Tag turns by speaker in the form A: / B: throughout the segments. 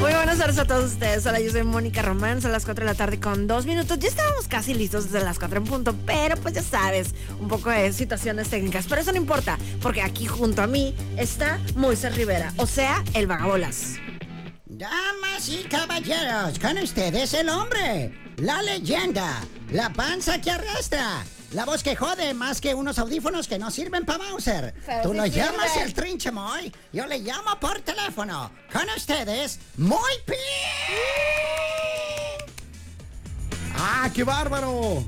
A: Muy buenas tardes a todos ustedes. Hola, yo soy Mónica Román. Son las 4 de la tarde con 2 minutos. Ya estábamos casi listos desde las 4 en punto, pero pues ya sabes, un poco de situaciones técnicas. Pero eso no importa, porque aquí junto a mí está Moisés Rivera, o sea, el vagabolas.
B: Damas y caballeros, con ustedes el hombre, la leyenda, la panza que arrastra, la voz que jode más que unos audífonos que no sirven para Bowser.
A: Pero
B: Tú
A: sí
B: lo llamas
A: sirven.
B: el trinche Moy, yo le llamo por teléfono. Con ustedes, Moy Pi.
C: Ah, qué bárbaro.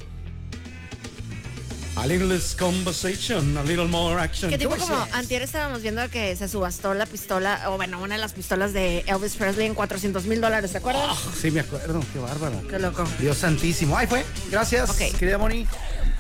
C: A little less conversation, a little more action.
A: Que tipo como
B: Entonces-
A: antier estábamos viendo que se subastó la pistola, o bueno, una de las pistolas de Elvis Presley en 400 mil dólares, ¿te acuerdas?
C: Ah, sí, me acuerdo, qué bárbaro.
A: Qué loco.
C: Dios santísimo. Ahí fue. Gracias,
A: Ok.
C: querida Moni.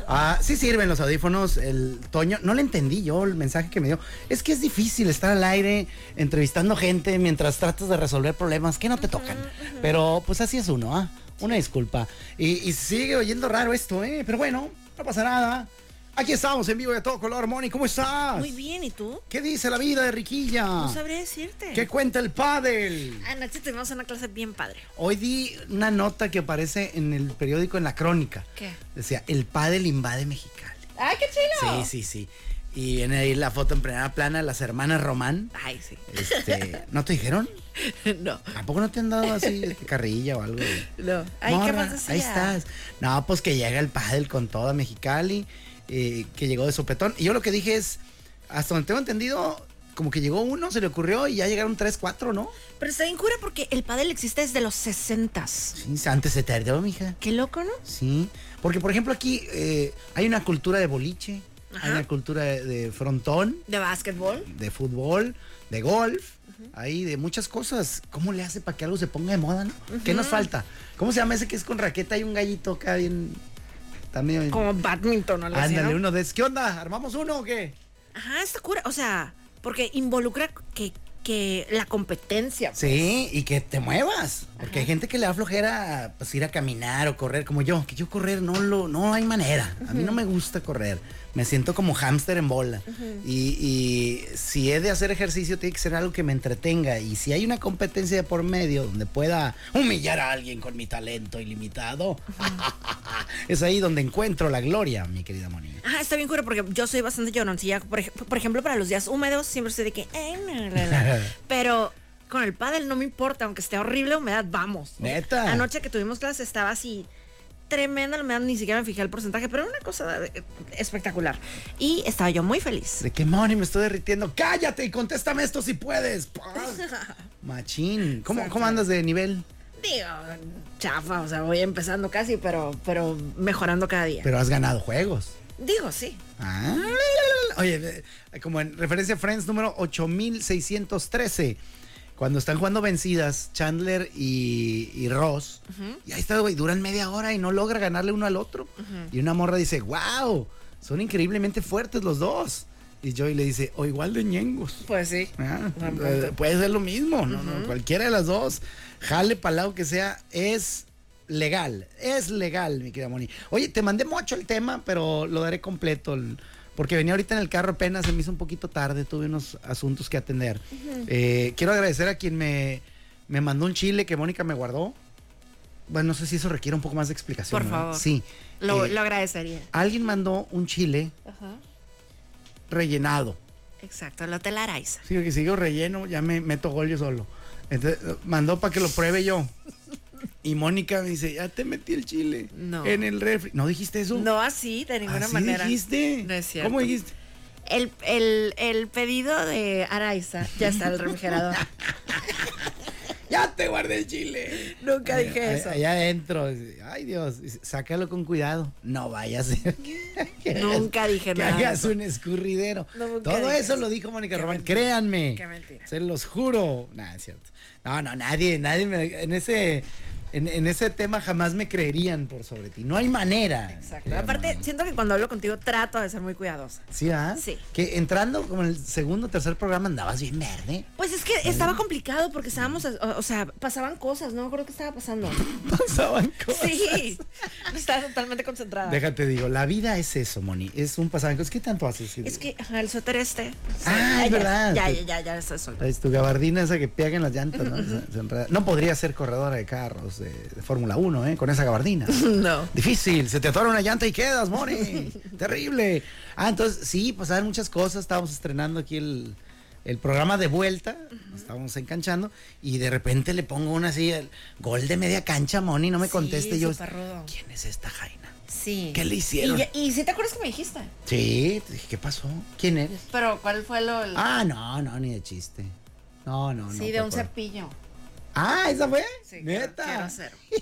C: Ah, sí sirven los audífonos. El Toño, no le entendí yo el mensaje que me dio. Es que es difícil estar al aire entrevistando gente mientras tratas de resolver problemas que no te tocan. Pero pues así es uno, ¿ah? Una disculpa. Y, y sigue oyendo raro esto, ¿eh? Pero bueno, no pasa nada. Aquí estamos en vivo de todo color, Moni. ¿Cómo estás?
A: Muy bien, ¿y tú?
C: ¿Qué dice la vida de Riquilla?
A: No sabré decirte.
C: ¿Qué cuenta el pádel?
A: Anoche tuvimos una clase bien padre.
C: Hoy di una nota que aparece en el periódico en la crónica.
A: ¿Qué?
C: Decía, el pádel invade Mexicali.
A: ¡Ay, qué chido!
C: Sí, sí, sí. Y viene ahí la foto en primera plana, las hermanas Román.
A: Ay, sí.
C: Este, ¿No te dijeron?
A: no,
C: ¿A poco no te han dado así este, carrilla o algo?
A: no. Ay, ¿qué
C: Morra,
A: más decía?
C: Ahí estás. No, pues que llega el pádel con toda Mexicali, eh, que llegó de sopetón. Y yo lo que dije es, hasta donde tengo entendido, como que llegó uno, se le ocurrió y ya llegaron tres, cuatro, ¿no?
A: Pero está bien cura porque el pádel existe desde los 60s.
C: Sí, antes se tardó, mija.
A: Qué loco, ¿no?
C: Sí, porque por ejemplo aquí eh, hay una cultura de boliche,
A: Ajá.
C: hay una cultura de, de frontón,
A: De básquetbol.
C: de fútbol, de golf, hay de muchas cosas. ¿Cómo le hace para que algo se ponga de moda, no? ¿Qué nos falta? ¿Cómo se llama ese que es con raqueta y un gallito acá bien... También...
A: Como badminton o algo así,
C: Ándale,
A: ¿no?
C: uno de... ¿Qué onda? ¿Armamos uno o qué?
A: Ajá, está cura. O sea, porque involucra que, que la competencia.
C: Sí, y que te muevas. Porque hay gente que le da flojera pues, ir a caminar o correr, como yo. Que yo correr no lo, no hay manera. A mí no me gusta correr. Me siento como hámster en bola. y, y si he de hacer ejercicio, tiene que ser algo que me entretenga. Y si hay una competencia de por medio donde pueda humillar a alguien con mi talento ilimitado, es ahí donde encuentro la gloria, mi querida Moni.
A: Ajá, está bien cura porque yo soy bastante lloroncilla. Por, ej- por ejemplo, para los días húmedos siempre estoy de que... "Ay, no, la, la". Pero con el pádel no me importa, aunque esté horrible la humedad, vamos.
C: Neta.
A: Anoche que tuvimos clase estaba así... Tremenda la humedad, ni siquiera me fijé el porcentaje, pero era una cosa eh, espectacular. Y estaba yo muy feliz.
C: De que Moni me estoy derritiendo. ¡Cállate y contéstame esto si puedes! Machín. ¿Cómo, ¿Cómo andas de nivel?
A: Digo, chafa, o sea, voy empezando casi, pero, pero mejorando cada día.
C: Pero has ganado juegos.
A: Digo, sí.
C: Ah, oye, de- como en referencia a Friends número 8613. Cuando están jugando vencidas, Chandler y, y Ross. Y ahí está, güey, duran media hora y no logra ganarle uno al otro. Y una morra dice, wow, son increíblemente fuertes los dos. Y Joey le dice, o igual de ñengos.
A: Pues sí.
C: Ah,
A: Buen
C: eh,
A: punto.
C: puede ser lo mismo, no, no, cualquiera de las dos, jale palao que sea, es legal, es legal, mi querida Moni. Oye, te mandé mucho el tema, pero lo daré completo el- porque venía ahorita en el carro apenas, se me hizo un poquito tarde, tuve unos asuntos que atender. Eh, quiero agradecer a quien me, me mandó un chile que Mónica me guardó. Bueno, no sé si eso requiere un poco más de explicación.
A: Por
C: ¿verdad?
A: favor.
C: Sí.
A: Lo,
C: Eh,
A: lo agradecería.
C: Alguien mandó un chile
A: Ajá.
C: rellenado.
A: Exacto, lo telaraisa.
C: Sí, que si yo relleno, ya me meto gol yo solo. Entonces, mandó para que lo pruebe yo. Y Mónica me dice, ya te metí el chile.
A: No.
C: En el refri. ¿No dijiste eso?
A: No así, de ninguna
C: Así
A: manera.
C: dijiste.
A: No es cierto.
C: ¿Cómo dijiste?
A: El, el, el pedido de Araiza ya está en el refrigerador.
C: Ya te guardé el chile.
A: Nunca dije
C: Ay,
A: eso.
C: Allá adentro. Ay, Dios. Sácalo con cuidado. No vaya a ser. que- que
A: Nunca dije
C: que
A: nada de
C: hagas
A: eso.
C: un escurridero.
A: No, nunca
C: Todo
A: dije
C: eso
A: eso.
C: lo dijo Mónica
A: Qué
C: Román.
A: mentira.
C: Créanme.
A: Qué mentira.
C: Se los juro. Nada, es cierto. No, no, nadie, nadie me- en ese. En, en ese tema jamás me creerían por sobre ti. No hay manera.
A: Exacto.
C: Pero
A: Aparte, siento que cuando hablo contigo trato de ser muy cuidadosa.
C: Sí, ¿ah?
A: Sí.
C: Que entrando como en el segundo o tercer programa andabas bien verde.
A: Pues es que estaba complicado porque estábamos, o, o sea, pasaban cosas, no me acuerdo qué estaba pasando.
C: Pasaban cosas.
A: Sí, estaba totalmente concentrada.
C: Déjate digo, la vida es eso, Moni. Es un pasado. ¿Qué tanto haces?
A: Es que ajá, el suéter este.
C: Ah, es
A: ya,
C: verdad.
A: Ya, ya, ya, ya, eso es hoy.
C: Es tu gabardina esa que pega en las llantas, ¿no? Se- se enreda. No podría ser corredora de carros de, de Fórmula 1, ¿eh? Con esa gabardina.
A: No.
C: Difícil, se te atora una llanta y quedas, Moni. Terrible. Ah, entonces, sí, pasaban muchas cosas. Estábamos estrenando aquí el, el programa de vuelta. Nos estábamos enganchando. Y de repente le pongo una así, el gol de media cancha, Moni. No me
A: Sí,
C: conteste. Y yo,
A: súper rudo.
C: ¿quién es esta Jaina?
A: Sí.
C: ¿Qué le hicieron?
A: Y, ya- y sí te acuerdas que me dijiste.
C: Sí, te dije, ¿qué pasó? ¿Quién eres?
A: Pero, ¿cuál fue lo? el-
C: Ah, no, no, ni de chiste. No, no, no.
A: sí, de
C: por
A: un
C: favor.
A: cepillo.
C: Ah, ¿esa fue?
A: Sí, qué
C: Neta.
A: grosero.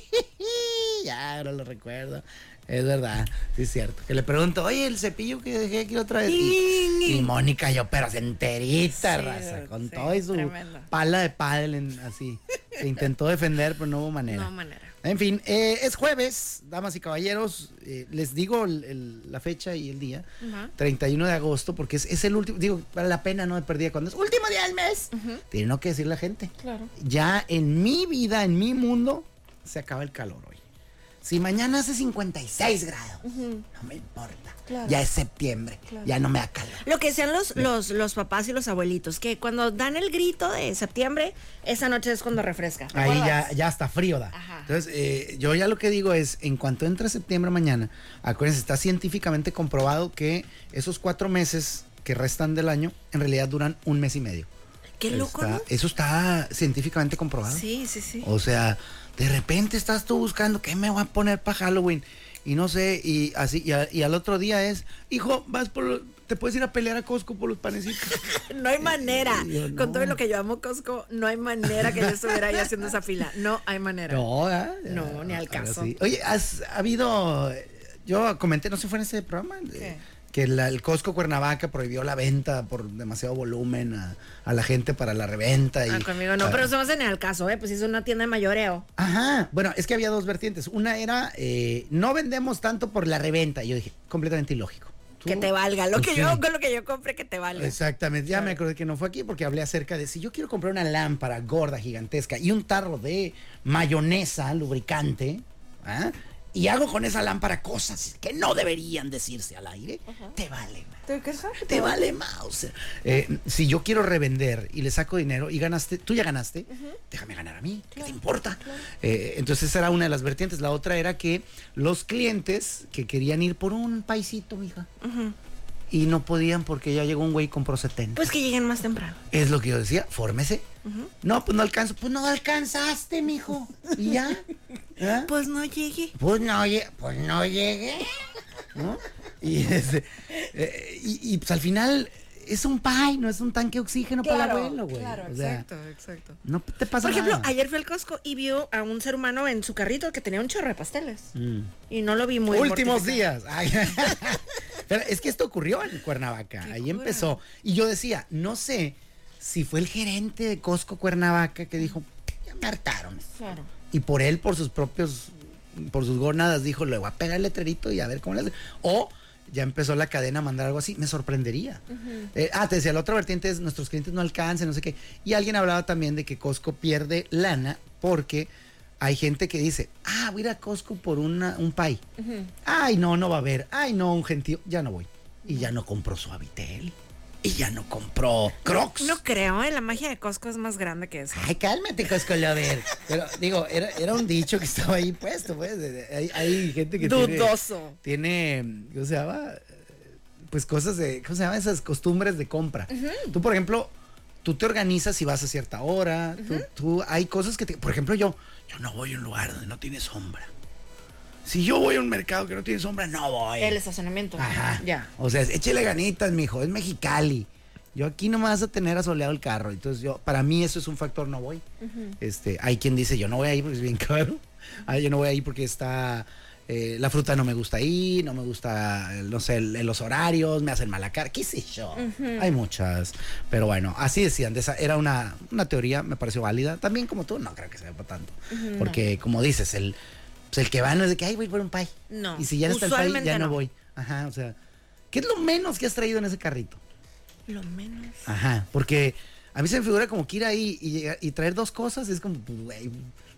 C: ya, ahora lo recuerdo. Es verdad, sí es cierto. Que le pregunto, oye, el cepillo que dejé aquí otra vez. Y, y Mónica, yo, pero se enterita,
A: Sí,
C: raza, con
A: sí,
C: todo y su
A: tremendo.
C: pala de pádel en- así. Se intentó defender, pero no hubo manera.
A: No manera.
C: En fin, eh, es jueves, damas y caballeros. eh, les digo el- el- la fecha y el día,
A: Ajá.
C: 31 de agosto, porque es, es el último. Digo, vale la pena, no me perdí cuando es último día del mes. Tiene no que decir la gente.
A: Claro.
C: Ya en mi vida, en mi mundo, se acaba el calor hoy. Si mañana hace 56 grados, no me importa.
A: Claro.
C: Ya es septiembre, ya no me da calor.
A: Lo que sean los, los, los papás y los abuelitos, que cuando dan el grito de septiembre, esa noche es cuando refresca. ¿te
C: Ahí ya,
A: acuerdas?
C: ya está frío, da.
A: Ajá.
C: Entonces, eh, yo ya lo que digo es, en cuanto entra septiembre mañana, acuérdense, está científicamente comprobado que esos cuatro meses que restan del año, en realidad duran un mes y medio.
A: Qué loco,
C: Está-
A: ¿no?
C: Eso está científicamente comprobado.
A: Sí, sí, sí.
C: O sea, de repente estás tú buscando qué me voy a poner para Halloween. Y no sé, y así, y, a- y al otro día es, hijo, vas por los- te puedes ir a pelear a Costco por los panecitos.
A: No hay manera.
C: Yo no.
A: Con todo lo que yo amo Costco, no hay manera que yo estuviera ahí haciendo esa fila. No hay manera.
C: No, ¿verdad?
A: No, ni al
C: Ahora
A: caso.
C: sí. Oye, has habido. Yo comenté, no sé si fue en ese programa, eh, que la- el Costco Cuernavaca prohibió la venta por demasiado volumen a, a la gente para la reventa. Y,
A: Ah, conmigo no,
C: para-
A: pero somos en el caso, ¿eh? Pues es una tienda de mayoreo.
C: Ah, Ajá, bueno, es que había dos vertientes. Una era, eh, no vendemos tanto por la reventa. Y yo dije, completamente ilógico. Tú-
A: Que te valga. Lo que
C: Sí.
A: yo, con lo que yo compre, que te valga.
C: Exactamente, ya me acordé que no fue aquí porque hablé acerca de si yo quiero comprar una lámpara gorda, gigantesca y un tarro de mayonesa lubricante ¿ah? y hago con esa lámpara cosas que no deberían decirse al aire, te vale. ma-
A: ¿Te
C: Te vale mouse. Eh, si yo quiero revender y le saco dinero y ganaste, tú ya ganaste, déjame ganar a mí, ¿qué te importa? Eh, entonces esa era una de las vertientes. La otra era que los clientes que querían ir por un paisito, mija, y no podían porque ya llegó un güey y compró 70.
A: Pues que lleguen más temprano.
C: es lo que yo decía, fórmese. No, pues no alcanzo. Pues no alcanzaste, mijo. ¿Y ya? ¿Ah?
A: Pues no llegué.
C: Pues no, lle- pues no llegué. ¿no? Y, ese, eh, y- y, pues al final es un pie, no es un tanque de oxígeno para el abuelo, güey.
A: claro,
C: O sea,
A: exacto, exacto.
C: No te pasa
A: Por ejemplo,
C: nada.
A: ayer fui al Costco y vio a un ser humano en su carrito que tenía un chorro de pasteles. Y no lo vi muy
C: Mm. Últimos
A: mortificado.
C: días. Ay. Pero es que esto ocurrió en Cuernavaca.
A: Qué
C: Ahí
A: cura.
C: empezó. Y yo decía, no sé si fue el gerente de Costco Cuernavaca que dijo, ya me hartaron.
A: Claro.
C: Y por él, por sus propios, por sus gónadas, dijo, le voy a pegar el letrerito y a ver cómo le hace. O ya empezó la cadena a mandar algo así, me sorprendería. Eh, ah, te decía, la otra vertiente es nuestros clientes no alcanzan, no sé qué. Y alguien hablaba también de que Costco pierde lana porque hay gente que dice, ah, voy a ir a Costco por una, un pay. Ay, no, no va a haber. Ay, no, un gentío, ya no voy. Y ya no compró Suavitel. Y ya no compró Crocs.
A: No creo, ¿eh? la magia de Costco es más grande que eso.
C: Ay, cálmate, Coscolover. Pero digo, era, era un dicho que estaba ahí puesto, pues. Hay, hay gente que tiene-
A: Dudoso.
C: Tiene, ¿cómo se llama? Pues cosas de, ¿cómo se llama? Esas costumbres de compra. Tú, por ejemplo, tú te organizas y vas a cierta hora. tú, tú- hay cosas que te, por ejemplo, yo, yo no voy a un lugar donde no tiene sombra. Si yo voy a un mercado que no tiene sombra, no voy.
A: El estacionamiento.
C: Ajá.
A: Ya.
C: O sea, échele ganitas, mijo, es Mexicali. Yo aquí no me vas a tener asoleado el carro. Entonces, yo, para mí eso es un factor, no voy. Este, hay quien dice, yo no voy ahí porque es bien caro. Ah, yo no voy ahí porque está. eh, la fruta no me gusta ahí, no me gusta, eh, no sé, el- los horarios, me hacen mala cara, qué sé yo. Hay muchas. Pero bueno, así decían, de esa, era una, una teoría, me pareció válida. También como tú, no creo que sea para tanto. Porque, como dices, el, pues, el que va no es de que, ay, voy por un pay.
A: No,
C: Y si ya no está el pay,
A: usualmente
C: ya no
A: no.
C: voy. Ajá, o sea, ¿qué es lo menos que has traído en ese carrito?
A: Lo menos.
C: Ajá, porque a mí se me figura como que ir ahí y, llegar- y traer dos cosas es como, pues, güey,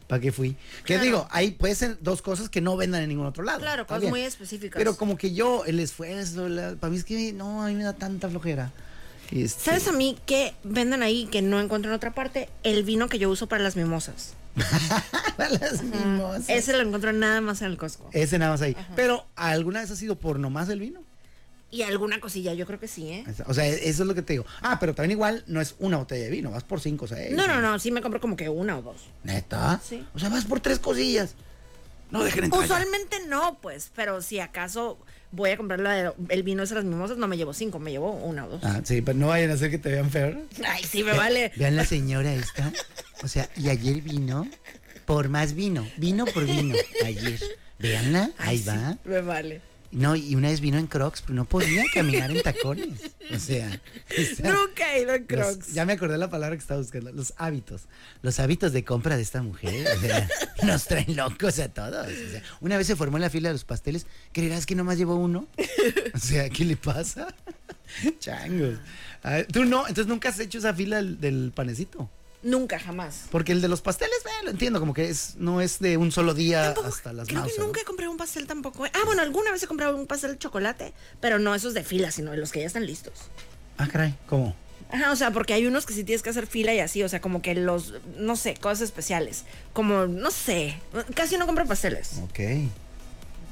C: ¿para qué fui? ¿Qué
A: Claro.
C: digo? Ahí puede ser dos cosas que no vendan en ningún otro lado.
A: Claro,
C: está
A: cosas
C: bien.
A: muy específicas.
C: Pero como que yo, el esfuerzo, para mí es que no, a mí me da tanta flojera. Este,
A: ¿Sabes a mí qué venden ahí que no encuentro en otra parte? El vino que yo uso para las mimosas.
C: Las mimosas.
A: Ese lo encuentro nada más en el Costco.
C: Ese nada más ahí. Pero, ¿alguna vez ha sido por nomás el vino?
A: Y alguna cosilla, yo creo que sí, ¿eh?
C: O sea, eso es lo que te digo. Ah, pero también igual no es una botella de vino, vas por cinco, o sea,
A: No, no, no, sí me compro como que una o dos.
C: ¿Neta?
A: Sí.
C: O sea, vas por tres cosillas. No dejen entrar. ya.
A: Usualmente no, pues, pero si acaso voy a comprar la de- el vino de las mimosas, no me llevo cinco, me llevo una o dos.
C: Ah, sí, pero no vayan a hacer que te vean peor.
A: Ay, sí, me vale.
C: Vean la señora esta. O sea, y ayer vino por más vino. Vino por vino. Ayer. Veanla, ahí va.
A: Me vale.
C: No, y una vez vino en Crocs, pero no podía caminar en tacones. O sea. o sea,
A: Nunca he ido en
C: los-
A: Crocs.
C: ya me acordé la palabra que estaba buscando. Los hábitos. Los hábitos de compra de esta mujer. o sea, nos traen locos a todos. o sea, una vez se formó en la fila de los pasteles. ¿Creerás que nomás llevó uno? O sea, ¿qué le pasa? Changos. Ah, Tú no, entonces nunca has hecho esa fila del, del panecito.
A: Nunca, jamás.
C: Porque el de los pasteles, eh, lo entiendo, como que es, no es de un solo día
A: Tampoco-
C: hasta las
A: creo
C: náuseas.
A: que
C: ¿no?
A: nunca he comprado un pastel tampoco. ¿eh? Ah, bueno, alguna vez he comprado un pastel de chocolate, pero no esos de fila, sino de los que ya están listos.
C: Ah, caray, ¿cómo?
A: Ajá, o sea, porque hay unos que sí tienes que hacer fila y así, o sea, como que los, no sé, cosas especiales. Como, no sé, casi no compro pasteles.
C: Ok.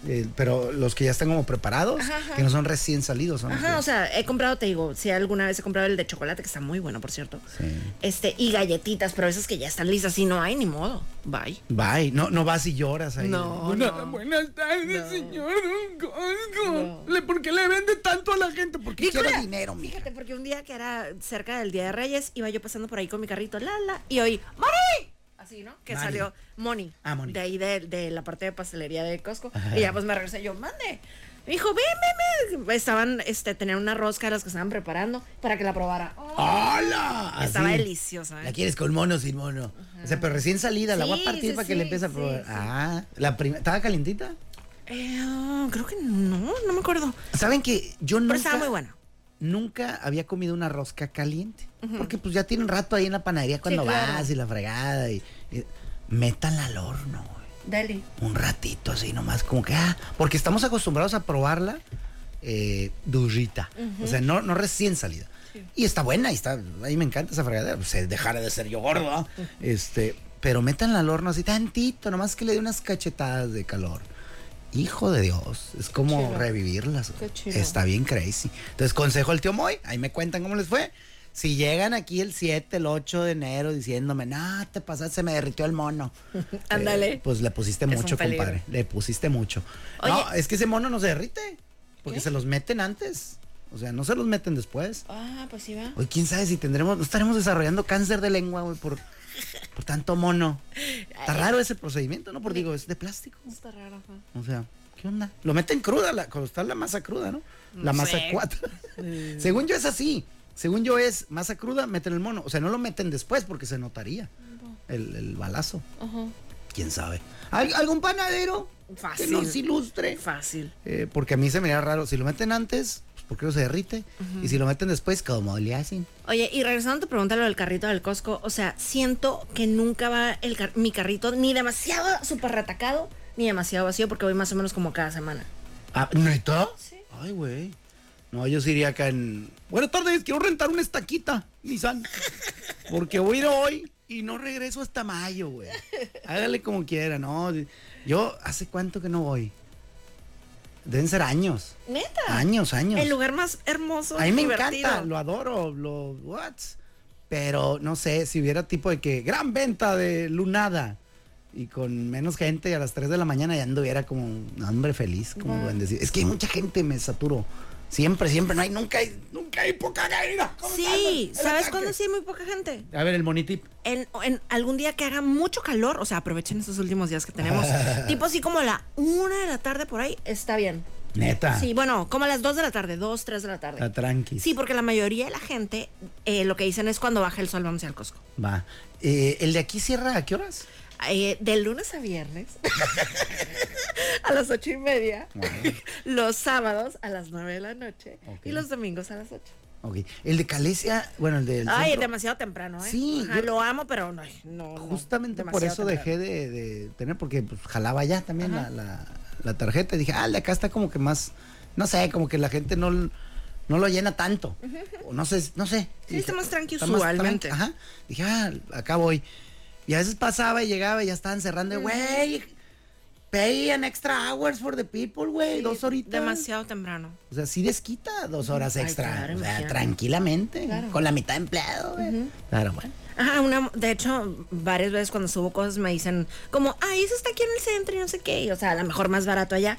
C: Eh, pero los que ya están como preparados,
A: Ajá, ajá.
C: que no son recién salidos. son los
A: Ajá,
C: que-
A: o sea, he comprado, te digo, si alguna vez he comprado el de chocolate, que está muy bueno, por cierto.
C: Sí.
A: Este, y galletitas, pero esas que ya están listas y no hay ni modo. Bye.
C: Bye, no, no vas y lloras ahí.
A: No, no.
D: Buenas tardes, señor Don Cosco. Le- ¿Por qué le vende tanto a la gente? ¿Por qué
C: Quiero
A: Nicola,
C: dinero, mija.
A: Fíjate, porque un día que era cerca del Día de Reyes, iba yo pasando por ahí con mi carrito, la, la, y oí, ¡Moni! Así, ¿no? Que
C: Mari.
A: salió Moni.
C: Ah, Moni.
A: De ahí, de, de la parte de pastelería de Costco. Y ya pues me regresé yo, ¡mande! Me dijo, ven, ven, ven. Estaban, este, tenían una rosca de las que estaban preparando para que la probara. Oh,
C: ¡Hola!
A: Estaba
C: Así.
A: deliciosa, ¿eh?
C: La quieres con mono o sin mono. O sea, pero recién salida, la voy
A: Sí,
C: a partir
A: sí,
C: para que le
A: sí,
C: empiece a
A: sí,
C: probar.
A: sí.
C: Ah, la primera. ¿Estaba calientita?
A: Eh, ah, creo que no, no me acuerdo.
C: ¿Saben que yo nunca.
A: Pero estaba muy buena.
C: Nunca había comido una rosca caliente. Porque pues ya tiene un rato ahí en la panadería cuando
A: claro.
C: vas y la fregada. Y, y- métanla al horno, güey.
A: Deli.
C: un ratito así nomás, como que, ah, porque estamos acostumbrados a probarla eh, durita, o sea, no, no recién salida. Y está buena, y está, a mí me encanta esa fregadera, pues eh, dejara de ser yo gordo, ¿ah? este, pero métanla al horno así tantito, nomás que le dé unas cachetadas de calor. Hijo de Dios, es como revivirlas. güey.
A: Qué chido.
C: Está bien crazy. Entonces, consejo al tío Moy, ahí me cuentan cómo les fue. Si llegan aquí el 7, el 8 de enero diciéndome, no, te pasaste, se me derritió el mono.
A: Ándale.
C: Eh, pues le pusiste
A: Es
C: mucho,
A: un peligro.
C: compadre. Le pusiste mucho.
A: Oye.
C: No, es que ese mono no se derrite. Porque
A: ¿Qué?
C: se los meten antes. O sea, no se los meten después.
A: Ah, pues sí va.
C: Hoy quién sabe si tendremos, no estaremos desarrollando cáncer de lengua, güey, por, por tanto mono. Está raro ese procedimiento, ¿no? Porque digo, es de plástico.
A: Está raro, ajá.
C: O sea, ¿qué onda? Lo meten cruda, la, cuando está la masa cruda, ¿no? La
A: No
C: masa
A: sé.
C: 4. Según yo es así. Según yo es masa cruda, meten el mono. O sea, no lo meten después porque se notaría el, el balazo. ¿Quién sabe? ¿Al- ¿Algún panadero
A: Fácil.
C: que nos ilustre?
A: Fácil.
C: Eh, porque a mí se me da raro. Si lo meten antes, pues porque no se derrite. Y si lo meten después, como le hacen.
A: Oye, y regresando a tu pregunta lo del carrito del Costco, o sea, siento que nunca va el car- mi carrito ni demasiado súper retacado, ni demasiado vacío, porque voy más o menos como cada semana.
C: Ah, ¿Neta?
A: Sí.
C: Ay, güey. No, yo sí iría acá en.
D: Buenas tardes, quiero rentar una estaquita, Nissan.
C: Porque voy a ir hoy y no regreso hasta mayo, güey. Hágale como quiera, ¿no? Yo, ¿hace cuánto que no voy? Deben ser años.
A: Neta.
C: Años, años.
A: El lugar más hermoso.
C: A mí me
A: divertido.
C: encanta, lo adoro, lo what. Pero no sé, si hubiera tipo de que gran venta de lunada y con menos gente a las 3 de la mañana ya anduviera como un hombre feliz, como bendecido. Es que hay mucha gente, me saturo. Siempre, siempre, no hay, nunca hay, nunca hay poca caída. ¿Cómo
A: Sí,
C: estás? El
A: ¿sabes
C: ataque.
A: cuándo sí hay muy poca gente?
C: A ver, el monitip.
A: En, en algún día que haga mucho calor, o sea, aprovechen estos últimos días que tenemos. tipo así como a la una de la tarde por ahí, está bien.
C: Neta.
A: Sí, bueno, como a las dos de la tarde, dos, tres de la tarde.
C: Está tranqui.
A: Sí, porque la mayoría de la gente eh, lo que dicen es cuando baja el sol vamos a ir al Costco.
C: Va. Eh, ¿El de aquí cierra a qué horas?
A: Eh, de lunes a viernes a las ocho y media, los sábados a las nueve de la noche
C: Ok.
A: y los domingos a las ocho.
C: Ok. El de Calesia, bueno, el del.
A: Ay,
C: centro,
A: demasiado temprano, ¿eh?
C: Sí,
A: Ajá,
C: yo-
A: lo amo, pero no, no, no,
C: Justamente por
A: demasiado
C: eso
A: temprano.
C: dejé de, de tener, porque pues, jalaba ya también la, la- la tarjeta. Y dije, ah, el de acá está como que más. No sé, como que la gente no, l- no lo llena tanto. O no sé, no sé.
A: Sí, está más tranqui
C: está más
A: usualmente.
C: tranqui, Ajá. Dije, ah, acá voy. Y a veces pasaba y llegaba y ya estaban cerrando. y, Güey, pay an extra hours for the people, güey. dos horitas.
A: Demasiado temprano.
C: O sea, sí desquita dos horas
A: Ay,
C: extra.
A: claro,
C: o sea,
A: imagínate.
C: tranquilamente.
A: Claro.
C: Con la mitad de empleado, güey. Claro, bueno.
A: Ajá, una, de hecho, varias veces cuando subo cosas me dicen como, ay, eso está aquí en el centro y no sé qué, y, o sea, a lo mejor más barato allá.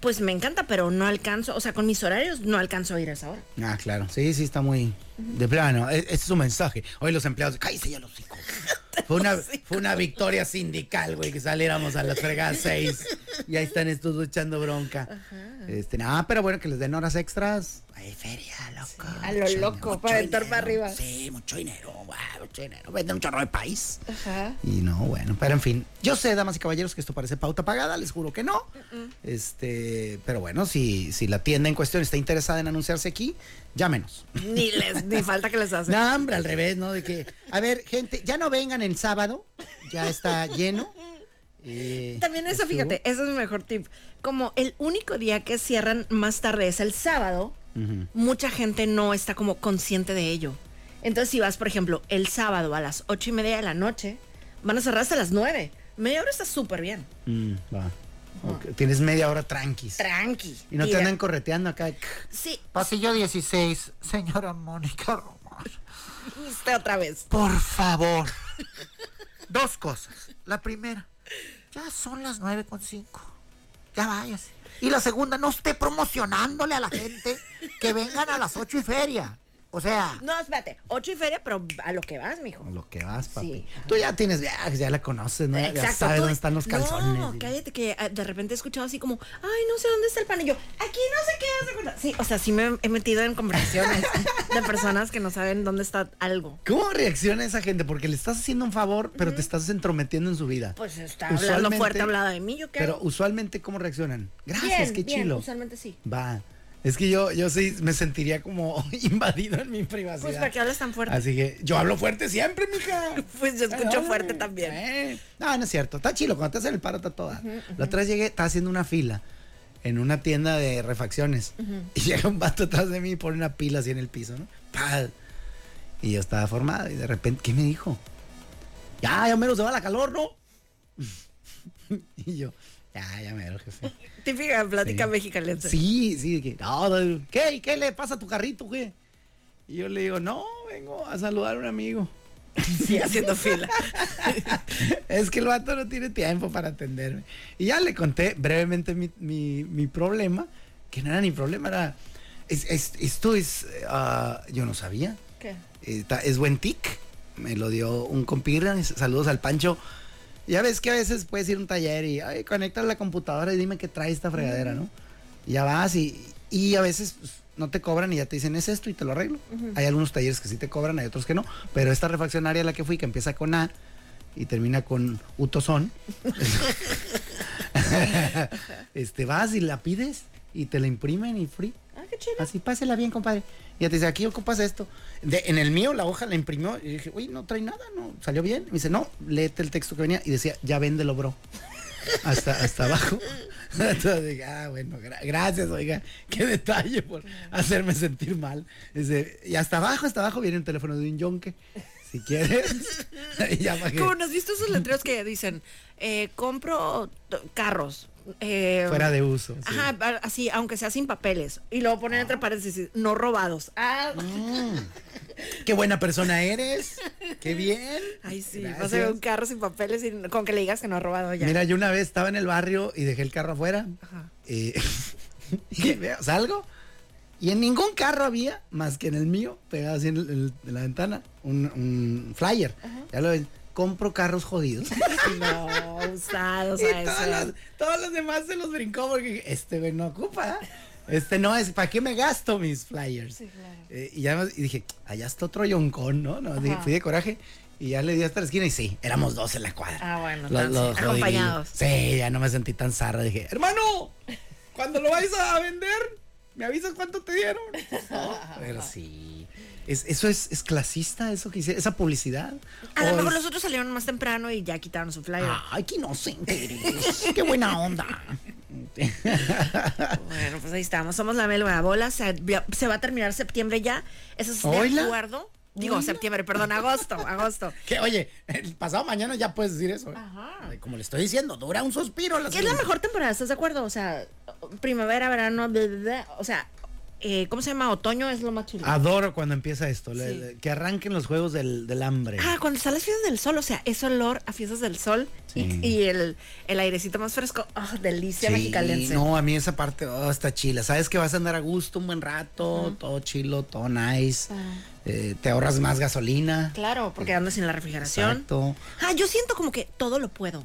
A: Pues me encanta, pero no alcanzo, o sea, con mis horarios no alcanzo a ir a esa hora.
C: Ah, claro. Sí, sí, está muy. De plano. E- Ese es su mensaje. Hoy los empleados. ¡Cállese ya los hijos! Fue una, fue una victoria sindical, güey, que saliéramos a las fregadas seis. Y ahí están estos dos echando bronca. Este, no, pero bueno, que les den horas extras. Hay feria, loco.
A: a lo
C: Mucho-
A: loco,
C: mucho
A: para aventar para
C: dinero.
A: arriba.
C: Sí, mucho dinero, güey, mucho dinero. Venden un chorro de país.
A: Ajá.
C: Y no, bueno, pero en fin. Yo sé, damas y caballeros, que esto parece pauta pagada, les juro que no. Este, pero bueno, si, si la tienda en cuestión está interesada en anunciarse aquí, llámenos.
A: Ni les, ni falta que les hace.
C: No, hombre, al revés, ¿no? De que, a ver, gente, ya no vengan el sábado, ya está lleno. Eh,
A: También eso,
C: estuvo.
A: fíjate, ese es mi mejor tip. Como el único día que cierran más tarde es el sábado, mucha gente no está como consciente de ello. Entonces, si vas, por ejemplo, el sábado a las ocho y media de la noche, van a cerrar hasta las nueve. Media hora está súper bien.
C: Mm, va. Ok, Tienes media hora tranquis.
A: Tranqui.
C: y no te
A: Mira,
C: andan correteando acá.
A: Sí,
C: Pasillo 16, señora Mónica Román.
A: usted otra vez.
C: Por favor. Dos cosas. La primera, ya son las 9.5. Ya váyase. Y la segunda, no esté promocionándole a la gente que vengan a las 8 y feria. O sea...
A: No, espérate, ocho y feria, pero a lo que vas, mijo.
C: Lo que vas, papi.
A: Sí.
C: Tú ya tienes viajes, ya la conoces, ¿no? Ya sabes
A: tú-
C: dónde están los calzones.
A: No, cállate que ah, de repente he escuchado así como, ay, no sé dónde está el pan. Y yo, aquí no sé qué. no sé cuánto". Sí, o sea, sí me he metido en conversaciones de personas que no saben dónde está algo.
C: ¿Cómo reacciona esa gente? Porque le estás haciendo un favor, pero te estás entrometiendo en su vida.
A: Pues está hablando fuerte, hablado de mí, ¿yo qué
C: Pero
A: hago?
C: usualmente, ¿cómo reaccionan? Gracias,
A: Bien,
C: qué
A: bien,
C: chilo.
A: usualmente sí.
C: Va. Es que yo, yo sí me sentiría como invadido en mi privacidad.
A: Pues, ¿para qué hablas tan fuerte?
C: Así que yo hablo fuerte siempre, mija.
A: Pues yo escucho
C: Ay,
A: fuerte también.
C: eh. No, no es cierto. Está chilo. Cuando te hacen el paro, está toda. La otra vez llegué, estaba haciendo una fila en una tienda de refacciones. Y llega un vato atrás de mí y pone una pila así en el piso, ¿no? ¡Pah! Y yo estaba formado. Y de repente, ¿qué me dijo? Ya, ya menos se va la calor, ¿no? y yo, ya, ya menos, jefe.
A: Típica plática mexicalense.
C: Sí, sí, de que, no, no, ¿qué, ¿qué le pasa a tu carrito, güey? Y yo le digo, no, vengo a saludar a un amigo.
A: Sí, haciendo fila.
C: es que el vato no tiene tiempo para atenderme. Y ya le conté brevemente mi, mi- mi problema, que no era ni problema, era... es- es- esto es... eh, ah, yo no sabía.
A: ¿Qué?
C: Está- es buen tic. Me lo dio un compirra. Saludos al Pancho. Ya ves que a veces puedes ir a un taller y ay, conecta la computadora y dime qué trae esta fregadera, ¿no? Y ya vas y, y a veces pues, no te cobran y ya te dicen es esto y te lo arreglo. Hay algunos talleres que sí te cobran, hay otros que no. Pero esta refaccionaria a la que fui, que empieza con A y termina con Utosón, este, vas y la pides y te la imprimen y free.
A: Ah, qué chido.
C: Así, pásela bien, compadre. Y ya te dice, aquí ocupas esto. De- en el mío, la hoja la imprimió y dije, uy, no trae nada, no, salió bien. Me dice, no, léete el texto que venía. Y decía, ya véndelo, bro. hasta, hasta abajo. Entonces dije, ah, bueno, gra- gracias, oiga, qué detalle por hacerme sentir mal. Dice, y hasta abajo, hasta abajo viene el teléfono de un yonque. Si quieres, y ya bajé.
A: Como nos has visto esos letreros que dicen, eh, compro t- carros. eh,
C: Fuera de uso, sí. Ah.
A: Ajá, a- así, aunque sea sin papeles. Y luego ponen entre paréntesis, no robados. Ah,
C: Mm. Qué buena persona eres. Qué bien.
A: ay, sí, vas a
C: Gracias.
A: ver un carro sin papeles y con que le digas que no ha robado ya.
C: Mira, yo una vez estaba en el barrio y dejé el carro afuera.
A: Ajá.
C: Y, Eh, y veo, salgo. Y en ningún carro había, más que en el mío, pegado así en, el- en el- en la ventana, un, un flyer. Ya lo ven, compro carros jodidos.
A: No, usados a
C: y todos los,
A: eso.
C: todos los demás se los brincó porque dije, este güey no ocupa. Este no es, ¿para qué me gasto mis flyers? Eh, y, ya, y dije, allá está otro yoncón, ¿no? no dije, fui de coraje y ya le di hasta la esquina y sí, éramos dos en la cuadra.
A: Ah, bueno,
C: Los-
A: tan-
C: los
A: sí,
C: jodidillos.
A: acompañados.
C: Sí, ya no me sentí tan zarra. Dije,
D: Hermano, cuando lo vayas a vender, me avisas cuánto te dieron.
C: Pero sí. Es- eso es, es clasista, eso que hice, esa publicidad.
A: A
C: O
A: lo mejor
C: es-
A: los otros salieron más temprano y ya quitaron su flyer.
C: Ay, que inocente eres. Qué buena onda.
A: Bueno, pues ahí estamos. Somos la Melba Bola. Se, se va a terminar septiembre ya. ¿Eso es de
C: Hola.
A: acuerdo? Digo, septiembre, perdón, agosto, agosto.
C: Que, oye, el pasado mañana ya puedes decir eso. ¿eh? Como le estoy diciendo, dura un suspiro. la
A: ¿Qué es la
C: serie.
A: mejor temporada? ¿Estás de acuerdo? O sea, primavera, verano, bla, bla, bla. o sea, eh, ¿cómo se llama? Otoño es lo más chulo. Ah,
C: Adoro cuando empieza esto, le-
A: Sí.
C: le- que arranquen los juegos del, del hambre.
A: Ah, cuando están las fiestas del sol, o sea, ese olor a fiestas del sol y, y el, el airecito más fresco. ah, delicia mexicalense.
C: no, a mí esa parte oh, está chila. Sabes que vas a andar a gusto un buen rato, todo chilo, todo nice. Eh, te ahorras más gasolina.
A: Ah. Claro, porque andas sin la refrigeración.
C: Exacto.
A: Ah, yo siento como que todo lo puedo.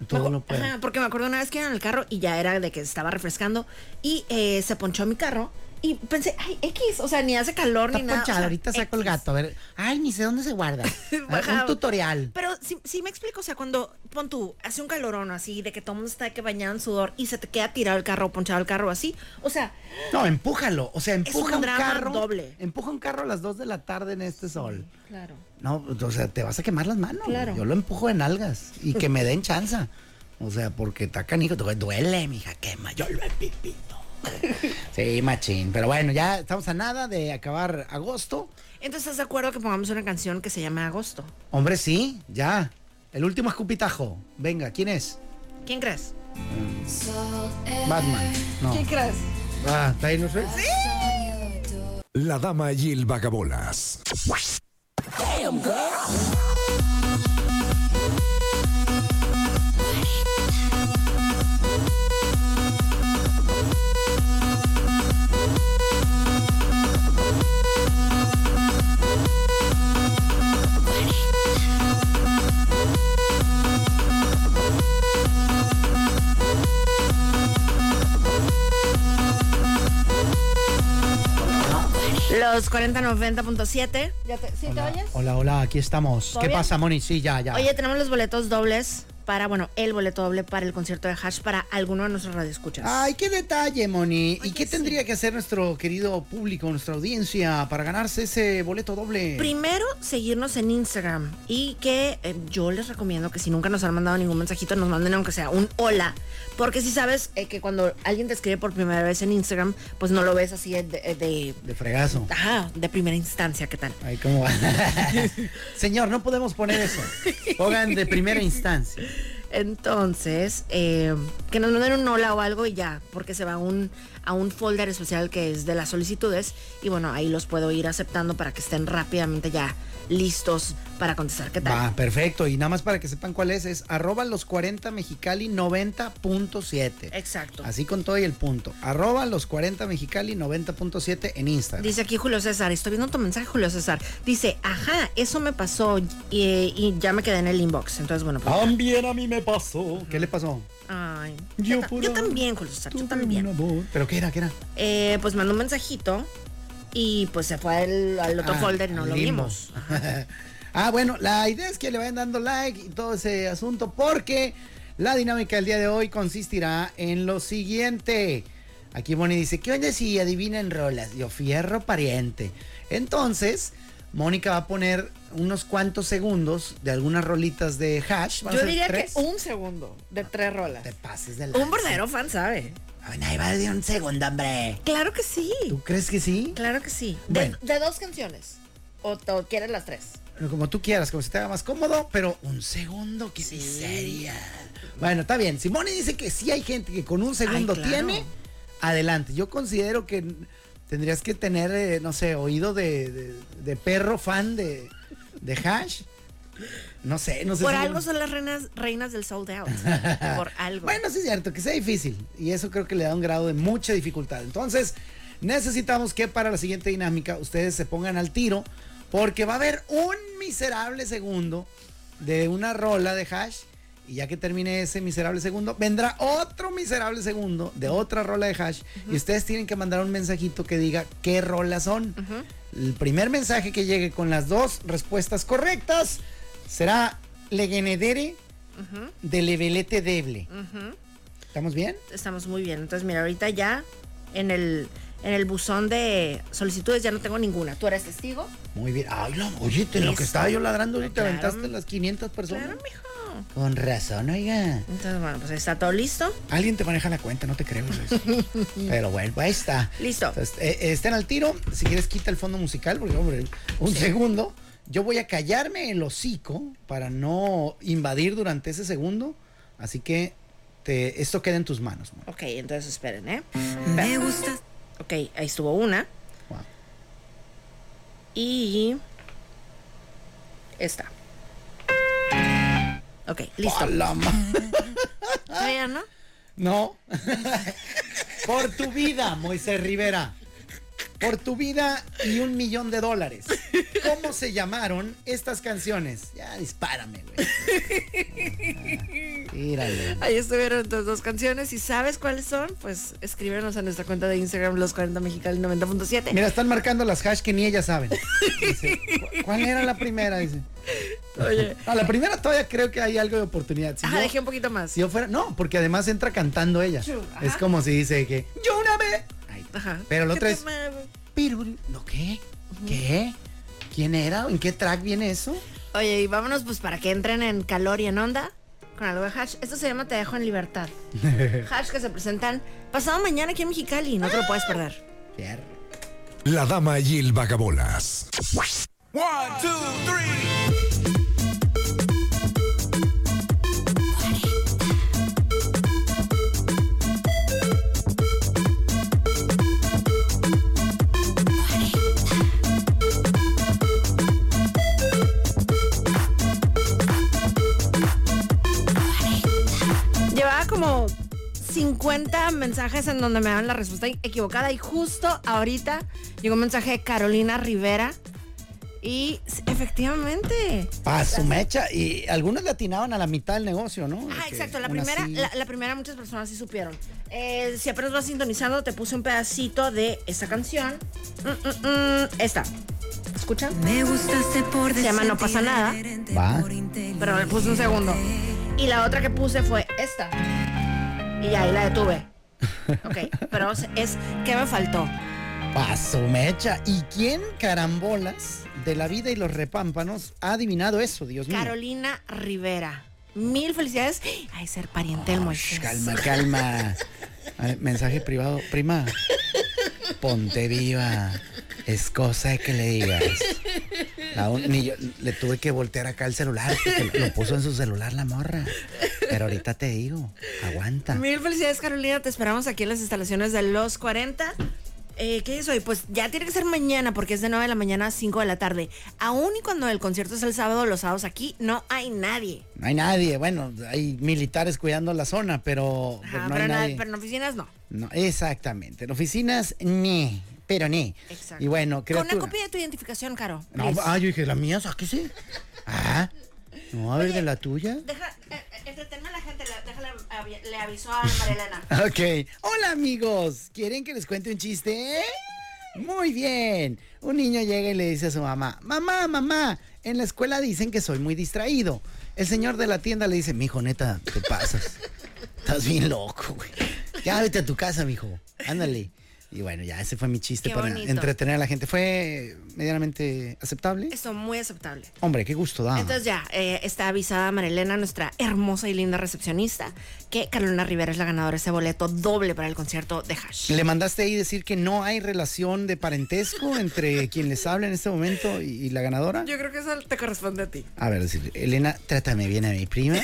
A: Me
C: Todo
A: acu-
C: lo puedes.
A: Ajá, porque me acuerdo una vez que iba en el carro y ya era de que estaba refrescando y eh, se ponchó mi carro y pensé, ay, X, o sea, ni hace calor
C: Está
A: ni nada. o
C: ponchado,
A: sea,
C: ahorita saco el
A: X.
C: gato. A ver, ay, ni sé dónde se guarda. A ver,
A: Bajaba.
C: un tutorial.
A: Pero sí, sí me explico, o sea, cuando pon tú, hace un calorón así, de que todo el mundo está de que bañado en sudor y se te queda tirado el carro, ponchado el carro así, o sea,
C: No, empújalo. O sea, empuja
A: un
C: un,
A: drama
C: carro.
A: doble.
C: Empuja un carro a las 2 de la tarde en este sol.
A: claro.
C: No, pues, o sea, te vas a quemar las manos.
A: Claro.
C: Yo lo empujo en algas y que me den chanza. O sea, porque está canijo. du- Duele, mija, quema. Yo lo empipito. Sí, machín. Pero bueno, ya estamos a nada de acabar agosto.
A: Entonces, ¿estás de acuerdo que pongamos una canción que se llame Agosto?
C: Hombre, sí, ya. El último escupitajo. Venga, ¿quién es?
A: ¿Quién crees?
C: Batman. No. ¿Quién crees? Ah, ¿está ahí, no sé?
E: La dama y el vagabolas.
A: Los 4090.7. ¿Ya te, ¿Sí te oyes?
C: Hola, hola, aquí estamos.
A: ¿Todo
C: ¿Qué
A: bien?
C: pasa, Moni? Sí, ya, ya.
A: Oye, tenemos los boletos dobles para, bueno, el boleto doble para el concierto de Hash para alguno de nuestros radioescuchas.
C: Ay, qué detalle, Moni. ¿Y
A: Oye,
C: qué
A: sí.
C: tendría que hacer nuestro querido público, nuestra audiencia, para ganarse ese boleto doble?
A: Primero, seguirnos en Instagram y que eh, yo les recomiendo que si nunca nos han mandado ningún mensajito, nos manden aunque sea un hola. Porque si sabes eh, que cuando alguien te escribe por primera vez en Instagram, pues no lo ves así de, de- de-
C: de fregazo.
A: ajá, de primera instancia, ¿qué tal?
C: Ay, cómo va. Señor, no podemos poner eso. Pongan de primera instancia.
A: Entonces, eh, que nos manden un hola o algo y ya, porque se va a un, a un folder especial que es de las solicitudes y bueno, ahí los puedo ir aceptando para que estén rápidamente ya listos para contestar, ¿qué tal?
C: Va, perfecto. Y nada más para que sepan cuál es, es arroba los 40 mexicali 90.7.
A: Exacto.
C: Así con todo y el punto. Arroba los 40 mexicali 90.7 en Instagram.
A: Dice aquí Julio César, estoy viendo tu mensaje, Julio César. Dice, ajá, eso me pasó y, y ya me quedé en el inbox. Entonces, bueno, pues.
D: También a mí me pasó.
C: ¿Qué le pasó? Ah,
A: Ay,
D: Yo
A: yo, ta-
D: por
A: yo
D: ahí
A: también, Julio César, yo también.
C: ¿Pero qué era? ¿Qué era?
A: Eh, pues mandó un mensajito y pues se fue al, al otro
C: Ah,
A: folder y no lo
C: limbo.
A: vimos.
C: ah, bueno, la idea es que le vayan dando like y todo ese asunto porque la dinámica del día de hoy consistirá en lo siguiente. Aquí Bonnie dice, ¿qué onda si adivinan rolas? Yo fierro pariente. Entonces, Mónica va a poner unos cuantos segundos de algunas rolitas de hash. van a
A: Yo
C: ser
A: diría
C: tres.
A: que un segundo de tres rolas.
C: Te pases de
A: Un
C: lanza.
A: verdadero fan sabe.
C: Ay, Ahí va de un segundo, hombre.
A: Claro que sí.
C: ¿Tú crees que sí?
A: Claro que sí. De,
C: Bueno.
A: de dos canciones. O, o quieres las tres.
C: Pero Como tú quieras, como se te haga más cómodo, pero un segundo, qué miseria. Bueno, está bien. Simone dice que sí hay gente que con un segundo
A: claro.
C: tiene. Adelante. Yo considero que tendrías que tener, eh, no sé, oído de, de- de perro fan de, de Hash. No sé, no sé.
A: Por
C: si-
A: algo son las reinas, reinas del sold out. Por algo.
C: Bueno, sí es cierto, que sea difícil. Y eso creo que le da un grado de mucha dificultad. Entonces, necesitamos que para la siguiente dinámica ustedes se pongan al tiro. Porque va a haber un miserable segundo de una rola de hash. Y ya que termine ese miserable segundo, vendrá otro miserable segundo de otra rola de hash. Y ustedes tienen que mandar un mensajito que diga qué rolas son. El primer mensaje que llegue con las dos respuestas correctas será Legenedere de Levelete Deble. ¿Estamos bien?
A: Estamos muy bien. Entonces, mira, ahorita ya en el, en el buzón de solicitudes ya no tengo ninguna. ¿Tú eres testigo?
C: Muy bien. Ay, la- oye, en lo
A: Eso.
C: que estaba yo ladrando, ¿no te
A: Claro.
C: aventaste las 500 personas.
A: Claro, mijo.
C: Con razón, oiga.
A: Entonces, bueno, pues ahí está todo listo.
C: Alguien te maneja la cuenta, no te creemos eso. Pero bueno, ahí está.
A: Listo.
C: Entonces, eh, eh, estén al tiro. Si quieres, quita el fondo musical, porque, hombre, un segundo. Yo voy a callarme el hocico para no invadir durante ese segundo. Así que te, esto queda en tus manos. Moni.
A: Ok, entonces esperen, ¿eh? Me gusta. Ok, ahí estuvo una.
C: Wow.
A: Y. Esta. Ok, listo.
C: A la ma-
A: ¿Está bien, no?
C: No. Por tu vida, Moisés Rivera. Por tu vida y un millón de dólares. ¿Cómo se llamaron estas canciones? Ya dispárame, güey. Ah, Tírale.
A: Ahí estuvieron entonces dos canciones. Si sabes cuáles son, pues escríbenos a nuestra cuenta de Instagram, los 40 Mexicali 90.7.
C: Mira, están marcando las hash que ni ellas saben. Dice, "¿Cu- ¿Cuál era la primera? Dice.
A: Oye.
C: No, la primera todavía creo que hay algo de oportunidad. Si
A: Ajá,
C: yo-
A: dejé un poquito más.
C: si yo fuera. No, porque además entra cantando ella.
A: Chu,
C: Es
A: ajá.
C: como si dice que. Yo una vez. Ay,
A: Ajá.
C: Pero la
A: ¿Qué
C: otra es.
A: tema?
C: Pirul. ¿No qué? ¿Qué? ¿Quién era? ¿En qué track viene eso?
A: Oye, y vámonos pues para que entren en calor y en onda con algo de hash. Esto se llama Te dejo en libertad. hash que se presentan pasado mañana aquí en Mexicali. No te lo puedes perder.
C: Fierro.
E: La dama y el vagabolas.
A: Llevaba como 50 mensajes en donde me daban la respuesta equivocada y justo ahorita llegó un mensaje de Carolina Rivera y s- efectivamente.
C: Pa' su mecha. Y algunos le atinaban a la mitad del negocio, ¿no? De
A: Ah,
C: que
A: exacto. La
C: una
A: primera,
C: sí.
A: la, la primera muchas personas sí supieron. Eh, si apenas vas sintonizando, te puse un pedacito de esta canción. Mm, mm, mm, esta. ¿Escuchan?
F: Me gustaste por
A: Se llama No pasa nada.
C: Va.
A: Pero le puse un segundo. Y la otra que puse fue esta. Y ya, ahí la detuve. Ok, pero es- es ¿qué me faltó?
C: Pa' su mecha. ¿Y quién carambolas de la vida y los repámpanos ha adivinado eso, Dios mío?
A: Carolina Rivera. Mil felicidades. Ay, ser pariente del Moisés.
C: Calma, calma. A ver, mensaje privado. Prima, ponte viva. Es cosa de que le digas. La un- ni yo- le tuve que voltear acá el celular. porque Lo, lo puso en su celular la morra. Pero ahorita te digo, aguanta.
A: Mil felicidades, Carolina. Te esperamos aquí en las instalaciones de los 40. Eh, ¿Qué es hoy? Pues ya tiene que ser mañana porque es de 9 de la mañana a 5 de la tarde. Aún y cuando el concierto es el sábado, los sábados aquí no hay nadie.
C: No hay nadie. Bueno, hay militares cuidando la zona, pero, pero
A: Ajá,
C: no
A: pero,
C: hay
A: na-
C: nadie.
A: pero en oficinas no.
C: No, exactamente. En oficinas, ni. Pero ni.
A: Exacto.
C: Y bueno,
A: Con una
C: criatura.
A: copia de tu identificación, Caro.
C: No,
A: please.
C: ah, yo dije, la mía, sáquese. Ah, no, a ver, de la tuya.
A: Deja, eh, eh, entretenme a la gente. la- déjale, avi- le avisó a Marilena.
C: Ok. Hola amigos, ¿quieren que les cuente un chiste? Muy bien. Un niño llega y le dice a su mamá, mamá, mamá, en la escuela dicen que soy muy distraído. El señor de la tienda le dice, mijo, neta, te pasas. Estás bien loco, güey. Ya vete a tu casa, mijo. Ándale. Y bueno, ya ese fue mi chiste
A: Qué
C: para
A: bonito.
C: entretener a la gente. Fue medianamente aceptable.
A: Eso, muy aceptable.
C: Hombre, qué gusto da.
A: Entonces ya eh, está avisada Marilena, nuestra hermosa y linda recepcionista, que Carolina Rivera es la ganadora de ese boleto doble para el concierto de Hash.
C: Le mandaste ahí decir que no hay relación de parentesco entre quien les habla en este momento y, y la ganadora.
A: Yo creo que eso te corresponde a ti.
C: A ver, decir, Elena, trátame bien a mi prima.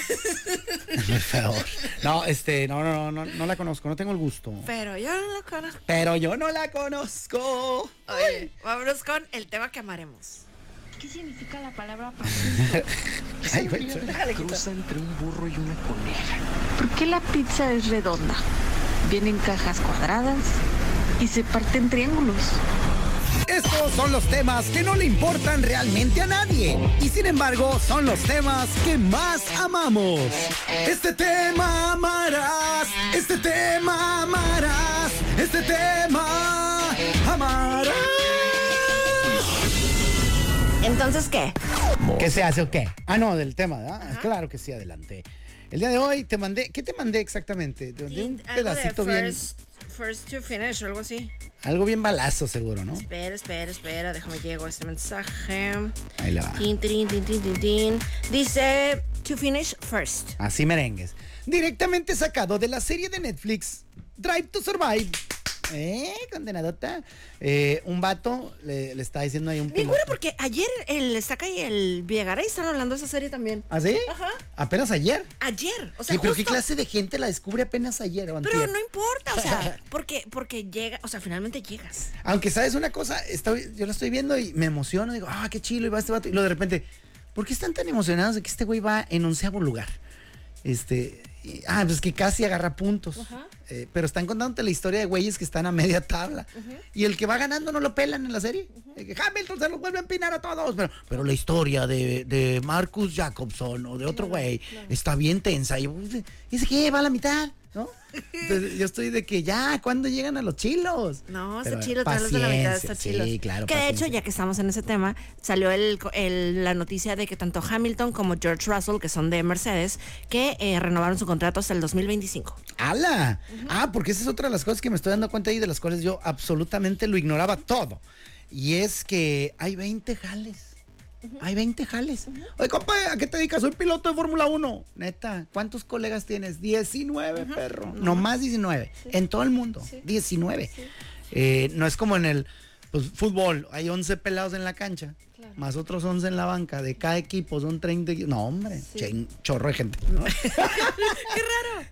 C: Por favor. No, este, no, no, no, no, no la conozco, no tengo el gusto.
A: Pero yo no lo conozco.
C: Pero yo no la conozco.
A: Oye, vámonos con el tema que amaremos.
F: ¿Qué significa la palabra
C: Ay, güey, suena-
G: Cruza entre un burro y una coneja.
F: ¿Por qué la pizza es redonda? Viene en cajas cuadradas y se parte en triángulos.
C: Estos son los temas que no le importan realmente a nadie. Y sin embargo, son los temas que más amamos. Este tema amarás. Este tema amarás. Este tema amarás.
A: Entonces, ¿qué?
C: ¿Qué se hace o qué? Ah, no, del tema, ¿verdad? Claro que sí, adelante. El día de hoy te mandé, ¿qué te mandé exactamente? Te mandé un pedacito Pues bien,
A: first to finish o algo así.
C: algo bien balazo seguro, ¿no?
A: Espera, espera, espera, déjame llego a este mensaje.
C: Ahí le va.
A: Tin, tin, tin, tin, tin, tin. Dice to finish first.
C: Así merengues. Directamente sacado de la serie de Netflix, Drive to Survive. ¿Eh? Condenadota. Eh, un vato le, le está diciendo ahí un
A: Me
C: piloto.
A: cura porque ayer el Estaca y el Villagaray están hablando de esa serie también.
C: ¿Ah, sí?
A: Ajá.
C: Apenas ayer.
A: Ayer, o sea,
C: Sí, pero ¿qué
A: justo.
C: clase de gente la descubre apenas ayer o
A: Pero
C: antier?
A: no importa, o sea, porque, porque llega, o sea, finalmente llegas.
C: Aunque sabes una cosa, está- yo la estoy viendo y me emociono, digo, ah, qué chilo, y va este vato. Y luego de repente, ¿por qué están tan emocionados de que este güey va en onceavo lugar? Este, y- ah, pues que casi agarra puntos. Eh, pero están contándote la historia de güeyes que están a media tabla. Y el que va ganando no lo pelan en la serie. Eh, que Hamilton se lo vuelve a empinar a todos. Pero, pero la historia de, de Marcus Jacobson o de otro güey está bien tensa. Y y dice que "Eh, va a la mitad, ¿no? Entonces, yo estoy de que ya, ¿cuándo llegan a los chilos?
A: No,
C: Pero
A: está chilo, traerlos de la mitad, está
C: paciencia,
A: chilo.
C: Sí, claro.
A: que de hecho,
C: paciencia.
A: ya que estamos en ese tema, salió el, co- el- la noticia de que tanto Hamilton como George Russell, que son de Mercedes, que eh, renovaron su contrato hasta el 2025.
C: ¡Hala! Ah, porque esa es otra de las cosas que me estoy dando cuenta y de las cuales yo absolutamente lo ignoraba todo. Y es que hay 20 jales. Hay 20 jales. Oye, compa, ¿a qué te dedicas? Soy piloto de Fórmula 1. Neta, ¿cuántos colegas tienes? 19, perro. Nomás 19. En todo el mundo. 19. Eh, no es como en el pues, fútbol. Hay 11 pelados en la cancha. Más otros 11 en la banca. De cada equipo son 30. equi- No, hombre. chen- chorro de gente. ¿no?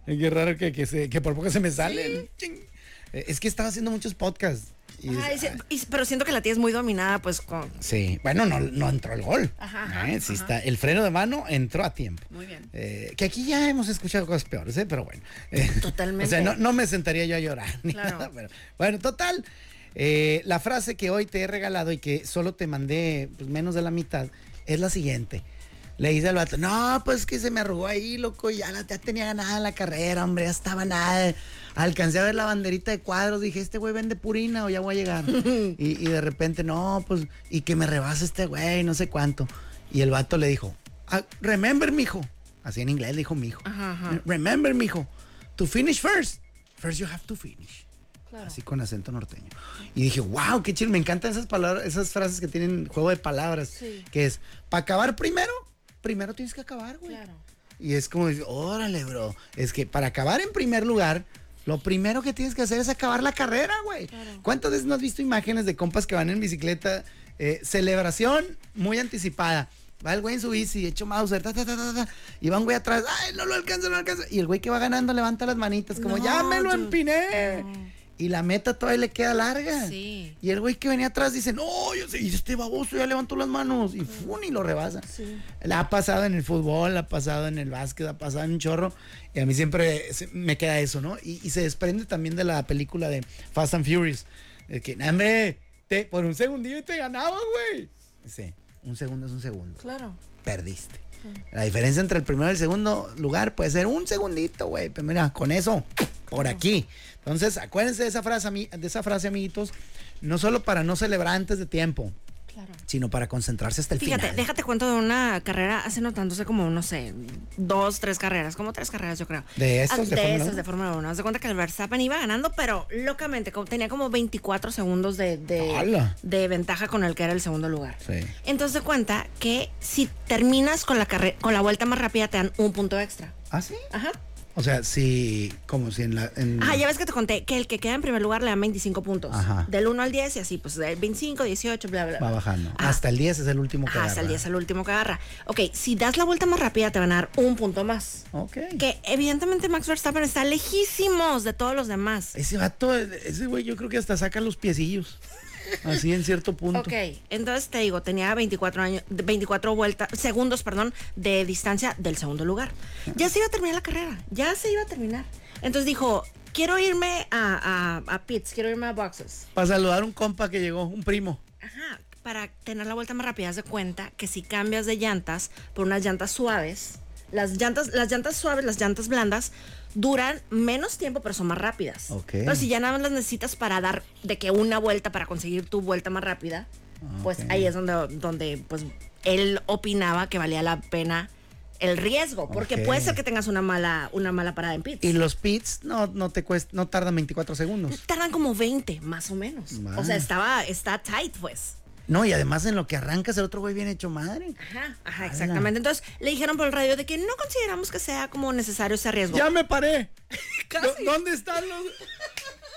C: Eh, Qué raro que, que, se- que por poco se me salen. Ching. Eh, Es que estaba haciendo muchos podcasts. y
A: Ay,
C: dices,
A: sí, y- pero siento que la tía es muy dominada, pues, con...
C: "Ah, sí, bueno, no, no entró el gol.
A: Ajá, ajá,
C: Eh, sí está, el freno de mano entró a tiempo.
A: Muy bien.
C: Eh, que aquí ya hemos escuchado cosas peores, ¿eh? pero bueno. Eh,
A: Totalmente.
C: O sea, no, no me sentaría yo a llorar. ni
A: Claro.
C: nada, pero- bueno, total. eh, la frase que hoy te he regalado y que solo te mandé pues, menos de la mitad es la siguiente. Le dice al vato, no, pues que se me arrugó ahí, loco, y ya, la, ya tenía ganada la carrera, hombre, ya estaba nada. Alcancé a ver la banderita de cuadros, dije, este güey vende purina o ya voy a llegar. y, y de repente, no, pues, y que me rebase este güey, no sé cuánto. Y el vato le dijo, "Ah, remember, mijo. Así en inglés le dijo mijo.
A: Ajá, ajá.
C: Remember, mijo, to finish first, first you have to finish. Así con acento norteño. Y dije, wow, qué chido. Me encantan esas palabras, esas frases que tienen juego de palabras. Que es, para acabar primero, primero tienes que acabar, güey. Y es como, órale, bro. Es que para acabar en primer lugar, lo primero que tienes que hacer es acabar la carrera, güey. ¿Cuántas veces no has visto imágenes de compas que van en bicicleta? eh, celebración muy anticipada. Va el güey en su bici, hecho Mauser, ta, ta, ta, ta, ta, y va un güey atrás, ¡ay, no lo alcanza, no lo alcanza! Y el güey que va ganando levanta las manitas, como,
A: No,
C: ¡ya me lo
A: dude.
C: empiné! Y la meta todavía le queda larga.
A: Sí.
C: Y el güey que venía atrás dice, no, yo sé, y este baboso ya levantó las manos. Y fun, y lo rebasa. La ha pasado en el fútbol, la ha pasado en el básquet, la ha pasado en un chorro. Y a mí siempre se- me queda eso, ¿no? Y, y se desprende también de la película de Fast and Furious. De que, hombre, te, por un segundillo te ganaba, güey. Sí, un segundo es un segundo.
A: Claro.
C: Perdiste. La diferencia entre el primero y el segundo lugar puede ser un segundito, güey. Pero mira, con eso, por aquí. Entonces, acuérdense de esa frase, ami- de esa frase amiguitos, no solo para no celebrar antes de tiempo,
A: Claro.
C: sino para concentrarse hasta el
A: Fíjate,
C: final.
A: déjate cuento de una carrera hace no tanto, hace como, no sé, dos, tres carreras, como tres carreras yo creo.
C: ¿De estos
A: Ah,
C: de
A: De,
C: Fórmula
A: esas
C: uno?
A: de Fórmula 1. Haz de cuenta que el Verstappen iba ganando, pero locamente, como- tenía como 24 segundos de, de,
C: ¡Hala!
A: de ventaja con el que era el segundo lugar.
C: Sí.
A: Entonces de cuenta que si terminas con la, carre- con la vuelta más rápida te dan un punto extra.
C: ¿Ah, sí?
A: Ajá.
C: O sea, sí, como si en la... en-
A: Ah, ya ves que te conté que el que queda en primer lugar le dan 25 puntos.
C: Ajá.
A: Del 1 al 10 y así, pues del 25, 18, bla, bla.
C: Va
A: bla.
C: bajando.
A: Ajá.
C: Hasta el 10 es el último que
A: Ajá, Ah. hasta Ah, el
C: agarra.
A: 10 al último que agarra. Ok, si das la vuelta más rápida te van a dar un punto más.
C: Ok.
A: Que evidentemente Max Verstappen está lejísimos de todos los demás.
C: Ese vato, ese güey, yo creo que hasta saca los piecillos. Así en cierto punto.
A: Ok, entonces te digo, tenía 24 años, 24 vueltas, segundos, perdón, de distancia del segundo lugar. Ya se iba a terminar la carrera, ya se iba a terminar. Entonces dijo, quiero irme a, a, a pits, quiero irme a boxes.
C: Para saludar a un compa que llegó, un primo.
A: Ajá, para tener la vuelta más rápida, haz de cuenta que si cambias de llantas por unas llantas suaves, las llantas, las llantas suaves, las llantas blandas, duran menos tiempo, pero son más rápidas.
C: Ok.
A: Pero si ya nada más las necesitas para dar de que una vuelta para conseguir tu vuelta más rápida, pues
C: Ah, ok.
A: ahí es donde, donde pues, él opinaba que valía la pena el riesgo. Porque
C: Ok.
A: puede ser que tengas una mala, una mala parada en pits.
C: Y los pits no, no te cuesta, no tardan 24 segundos.
A: Tardan como 20, más o menos.
C: Va.
A: O sea, estaba, está tight, pues.
C: No, y además en lo que arrancas el otro güey viene hecho madre.
A: Ajá, ajá, exactamente. Entonces le dijeron por el radio de que no consideramos que sea como necesario ese riesgo.
D: Ya me paré.
A: Casi.
D: ¿Dó- ¿Dónde están los.?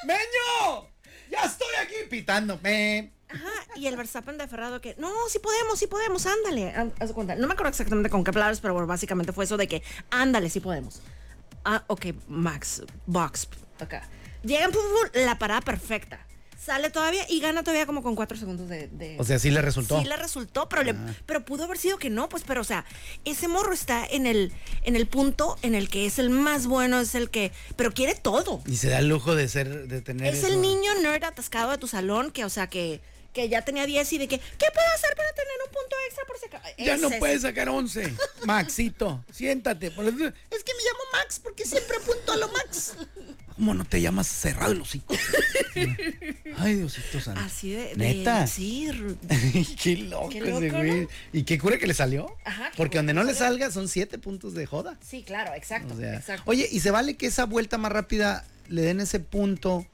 D: ¡Meño! ¡Ya estoy aquí!
C: Pitando, me.
A: Ajá, y el Verstappen de aferrado que no, sí podemos, sí podemos, ándale. Am- haz de cuenta. No me acuerdo exactamente con qué palabras, pero bueno, básicamente fue eso de que ándale, sí podemos. Ah, ok, Max, box, acá. Llega en la parada perfecta. Sale todavía y gana todavía como con cuatro segundos de. de-
C: O sea, sí le resultó. Ah.
A: Sí le resultó, pero, le- pero pudo haber sido que no, pues, pero, o sea, ese morro está en el, en el punto en el que es el más bueno, es el que, pero quiere todo.
C: Y se da el lujo de ser, de tener.
A: Es
C: eso.
A: el niño nerd atascado de tu salón que, o sea, que, que ya tenía 10 y de que, ¿qué puedo hacer para tener un punto extra por si acaso?
D: Ya
A: Ese
D: no
A: es-
D: puedes sacar 11.
C: Maxito.
D: Siéntate. por eso- Es que me llamo Max porque siempre apunto a lo Max.
C: ¿Cómo no te llamas cerrado el hocico? Ay, Diosito santo.
A: Así de, de-
C: Neta.
A: sí, ru-
C: qué loco,
A: Qué loco,
C: ese güey. Y qué cura que le salió.
A: Ajá, qué
C: Porque
A: cura
C: donde
A: que
C: no
A: le
C: le
A: salió.
C: salga son siete puntos de joda.
A: sí, claro, exacto,
C: O sea,
A: exacto.
C: Oye, y se vale que esa vuelta más rápida le den ese punto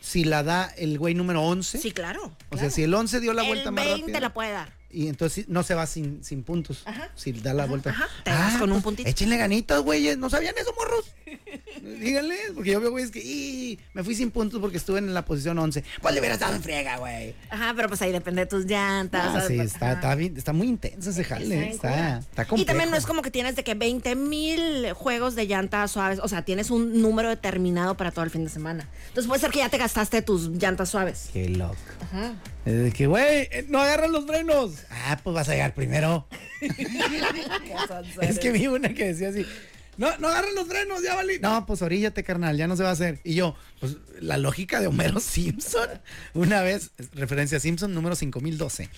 C: si la da el güey número 11.
A: sí, claro.
C: O sea,
A: claro.
C: si el 11 dio la vuelta
A: el
C: más
A: 20
C: rápida.
A: la puede dar.
C: Y entonces sí, no se va sin, sin puntos.
A: Ajá.
C: Si da la
A: Ajá,
C: vuelta. Ah, pues,
A: ajá. Te vas con un puntito.
C: Échenle ganitas, güeyes. No sabían eso, morros. Díganles, porque yo veo güeyes que "Y, me fui sin puntos porque estuve en la posición 11. Pues le hubiera estado en friega, güey.
A: Ajá, pero pues ahí depende de tus llantas.
C: Ah,
A: o-
C: sí, está,
A: ajá.
C: está, bien- está muy intenso ese jale. Está, está complejo.
A: Y también no es como que tienes de que 20 mil juegos de llantas suaves. O sea, tienes un número determinado para todo el fin de semana. Entonces puede ser que ya te gastaste tus llantas suaves.
C: Qué loco.
A: Ajá.
C: Es de que, güey. eh,
D: No agarran los frenos.
C: Ah, pues vas a llegar primero. Es que vi una que decía así.
D: No, no agarran los frenos, ya valí.
C: No, pues oríllate, carnal, ya no se va a hacer. Y yo, pues la lógica de Homero Simpson. Una vez, es referencia a Simpson número 5012.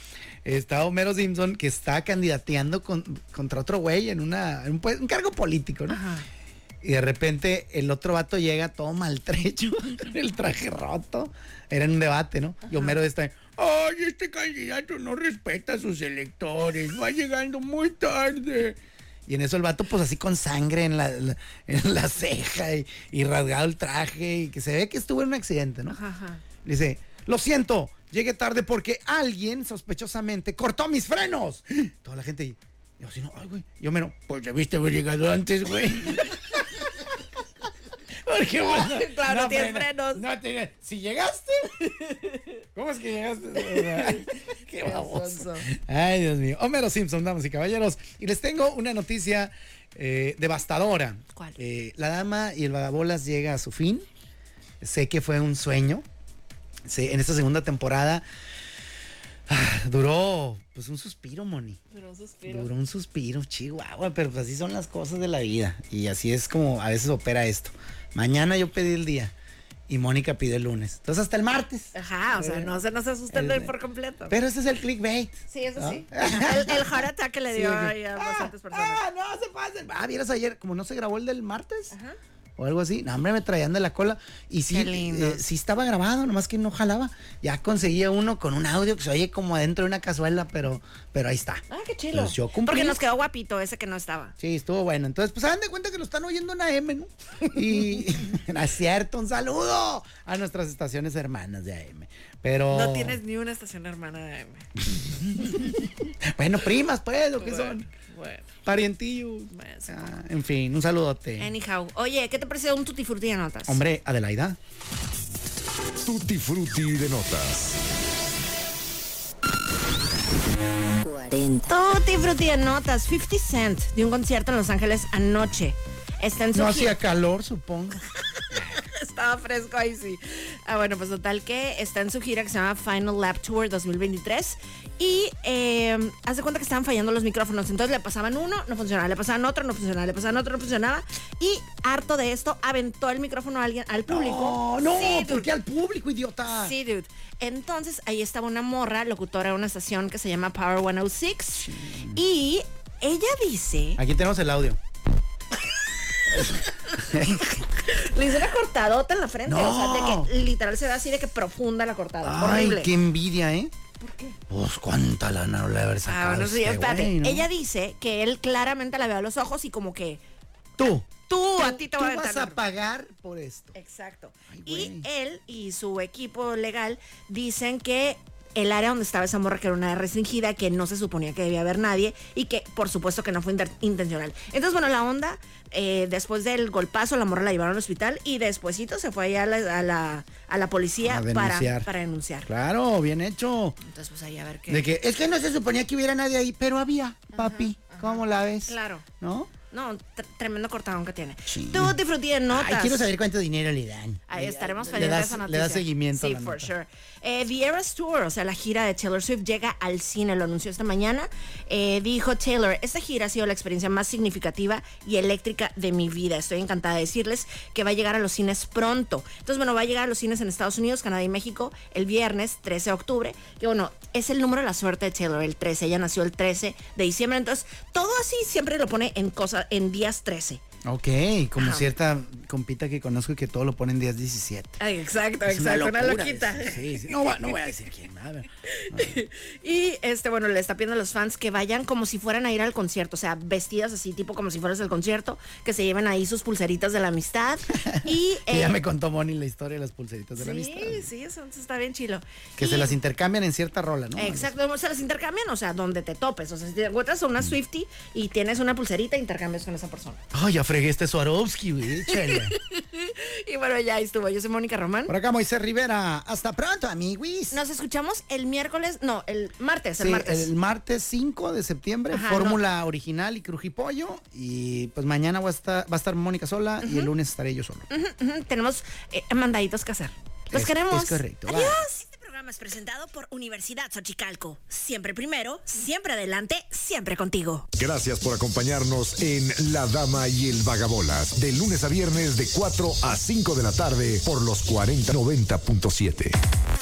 C: Está Homero Simpson que está candidateando con- contra otro güey en, una, en un, pue- un cargo político, ¿no? Y de repente el otro vato llega todo maltrecho, con el traje roto. Era en un debate, ¿no? Y Homero está.
D: Ay, este candidato no respeta a sus electores. Va llegando muy tarde.
C: Y en eso el vato, pues así con sangre en la, la- en la ceja y, y rasgado el traje y que se ve que estuvo en un accidente, ¿no?
A: Ajá, ajá.
C: Dice, lo siento, llegué tarde porque alguien sospechosamente cortó mis frenos. Toda la gente, yo si no, ay, güey, yo menos, pues debiste haber llegado antes, güey. Porque, bueno,
A: Claro, no tienes frenos.
C: No tienes, si llegaste, ¿cómo es que llegaste? O sea, Qué baboso. Ay, Dios mío. Homero Simpson, damas y caballeros. Y les tengo una noticia eh, devastadora.
A: ¿Cuál?
C: Eh, la dama y el vagabolas llega a su fin. Sé que fue un sueño. Sé- en esta segunda temporada ah, duró pues un suspiro, Moni. Duró un suspiro. Duró un suspiro, chihuahua, pero pues así son las cosas de la vida. Y así es como a veces opera esto. Mañana yo pedí el día y Mónica pide el lunes. Entonces hasta el martes.
A: Ajá, o sea, no se nos asusten
C: Eh, El-
A: por completo.
C: Pero ese es el clickbait.
A: Sí, eso
C: ¿no?
A: sí. El, el heart attack que le
C: Sí,
A: dio
C: de que,
A: ahí a
C: "Ah,
A: bastantes personas.
C: Ah, no se pasen. Ah, vieras ayer, como no se grabó el del martes.
A: Ajá.
C: o algo así. No, hombre, me traían de la cola. Y sí,
A: Qué lindo.
C: eh, sí estaba grabado, nomás que no jalaba. Ya conseguía uno con un audio que se oye como adentro de una cazuela, pero, pero ahí está.
A: Ah, qué chilo.
C: Pues yo cumplí.
A: Porque nos quedó guapito ese que no estaba.
C: Sí, estuvo bueno. Entonces, pues hagan de cuenta que lo están oyendo en AM, ¿no? Y no es cierto, un saludo a nuestras estaciones hermanas de AM. Pero.
A: No tienes ni una estación hermana de M.
C: Bueno, primas, pues, lo que
A: Bueno,
C: son.
A: bueno,
C: Parientillos.
A: bueno.
C: Ah, en fin, un saludote.
A: Anyhow, oye, ¿qué te pareció un tutti frutti de notas?
C: Hombre, Adelaida.
E: Tutti Frutti de notas.
A: Tutti frutti de notas, 50 Cent, de un concierto en Los Ángeles anoche. Está en su
C: No
A: gira-
C: hacía calor, supongo.
A: Estaba fresco ahí sí. Ah, bueno, pues total que está en su gira que se llama Final Lap Tour 2023. Y eh, haz de cuenta que estaban fallando los micrófonos. Entonces le pasaban uno, no funcionaba, le pasaban otro, no funcionaba, le pasaban otro, no funcionaba. Y harto de esto, aventó el micrófono a alguien, al público.
C: No, no,
A: Sí, dude.
C: porque al público, idiota.
A: Sí, dude. Entonces ahí estaba una morra, locutora de una estación que se llama Power 106. Y ella dice.
C: Aquí tenemos el audio.
A: Le hizo una cortadota en la frente.
C: No.
A: O sea, de que literal se ve así de que profunda la cortada.
C: Ay,
A: horrible.
C: qué envidia, ¿eh? ¿Por qué? Pues cuánta lana no le ha de haber
A: Ah,
C: sacado.
A: bueno, sí,
C: este
A: espérate.
C: güey, ¿no?
A: Ella dice que él claramente la ve a los ojos y como que
C: Tú.
A: tú,
C: Tú,
A: a ti te
C: tú
A: va a Eh.
C: vas a
A: aventar.
C: pagar por esto.
A: Exacto.
C: Ay,
A: y
C: güey.
A: él y su equipo legal dicen que el área donde estaba esa morra que era una área restringida, que no se suponía que debía haber nadie y que por supuesto que no fue inter- intencional. Entonces, bueno, la onda, eh, después del golpazo, la morra la llevaron al hospital y despuesito se fue allá a la, a la, a la policía
C: A
A: para,
C: denunciar.
A: para denunciar.
C: Claro, bien hecho.
A: Entonces, pues ahí a ver qué.
C: De que es que no se suponía que hubiera nadie ahí, pero había, papi. ¿Cómo la ves?
A: Claro.
C: ¿No?
A: No, tr- tremendo cortadón que tiene.
C: Sí.
A: Tú disfruté de notas.
C: Ay, quiero saber cuánto dinero le dan.
A: Ahí
C: Le-
A: estaremos
C: le
A: pendientes
C: das-
A: de esa noticia.
C: Le da seguimiento. a
A: Sí,
C: la
A: for
C: nota.
A: sure. Eh, The Eras Tour, o sea, la gira de Taylor Swift llega al cine, lo anunció esta mañana. Eh, dijo Taylor, esta gira ha sido la experiencia más significativa y eléctrica de mi vida. Estoy encantada de decirles que va a llegar a los cines pronto. Entonces, bueno, va a llegar a los cines en Estados Unidos, Canadá y México el viernes 13 de octubre. Que bueno, es el número de la suerte de Taylor, el 13. Ella nació el 13 de diciembre. Entonces, todo así siempre lo pone en cosa, en días 13.
C: Ok, como
A: Ajá.
C: cierta compita que conozco que todo lo pone en días 17.
A: Exacto,
C: Es una locura,
A: loquita.
C: Sí, sí. No, va- no voy a decir quién. a ver.
A: Eh. Y este, bueno, le está pidiendo a los fans que vayan como si fueran a ir al concierto, o sea, vestidas así, tipo como si fueras al concierto, que se lleven ahí sus pulseritas de la amistad. Y.
C: Que ya
A: eh,
C: me contó Moni la historia de las pulseritas de la amistad.
A: Sí, sí, eso eso está bien chilo.
C: Que
A: Y-
C: se las intercambian en cierta rola, ¿no?
A: Exacto, se las intercambian, o sea, donde te topes. O sea, si te encuentras a una
C: Mm.
A: Swifty y tienes una pulserita, intercambias con esa persona.
C: Ay, ya fregué este Swarovski, güey. chela.
A: Y bueno, ya ahí estuvo. Yo soy Mónica Román.
C: Por acá, Moisés Rivera. Hasta pronto, amiguis.
A: Nos escuchamos el miércoles, no, el martes, el
C: Sí,
A: martes.
C: el martes 5 de septiembre,
A: Ajá,
C: fórmula original y crujipollo. Y pues mañana va a estar, va a estar Mónica sola y el lunes estaré yo solo.
A: Ujú, Tenemos eh, mandaditos que hacer. Los
C: Es-
A: queremos.
C: es correcto, bye.
A: Adiós. Este programa es presentado por Universidad Xochicalco. Siempre primero, siempre adelante, siempre contigo.
E: Gracias por acompañarnos en La Dama y el Vagabolas, de lunes a viernes de 4 a 5 de la tarde por los 4090.7.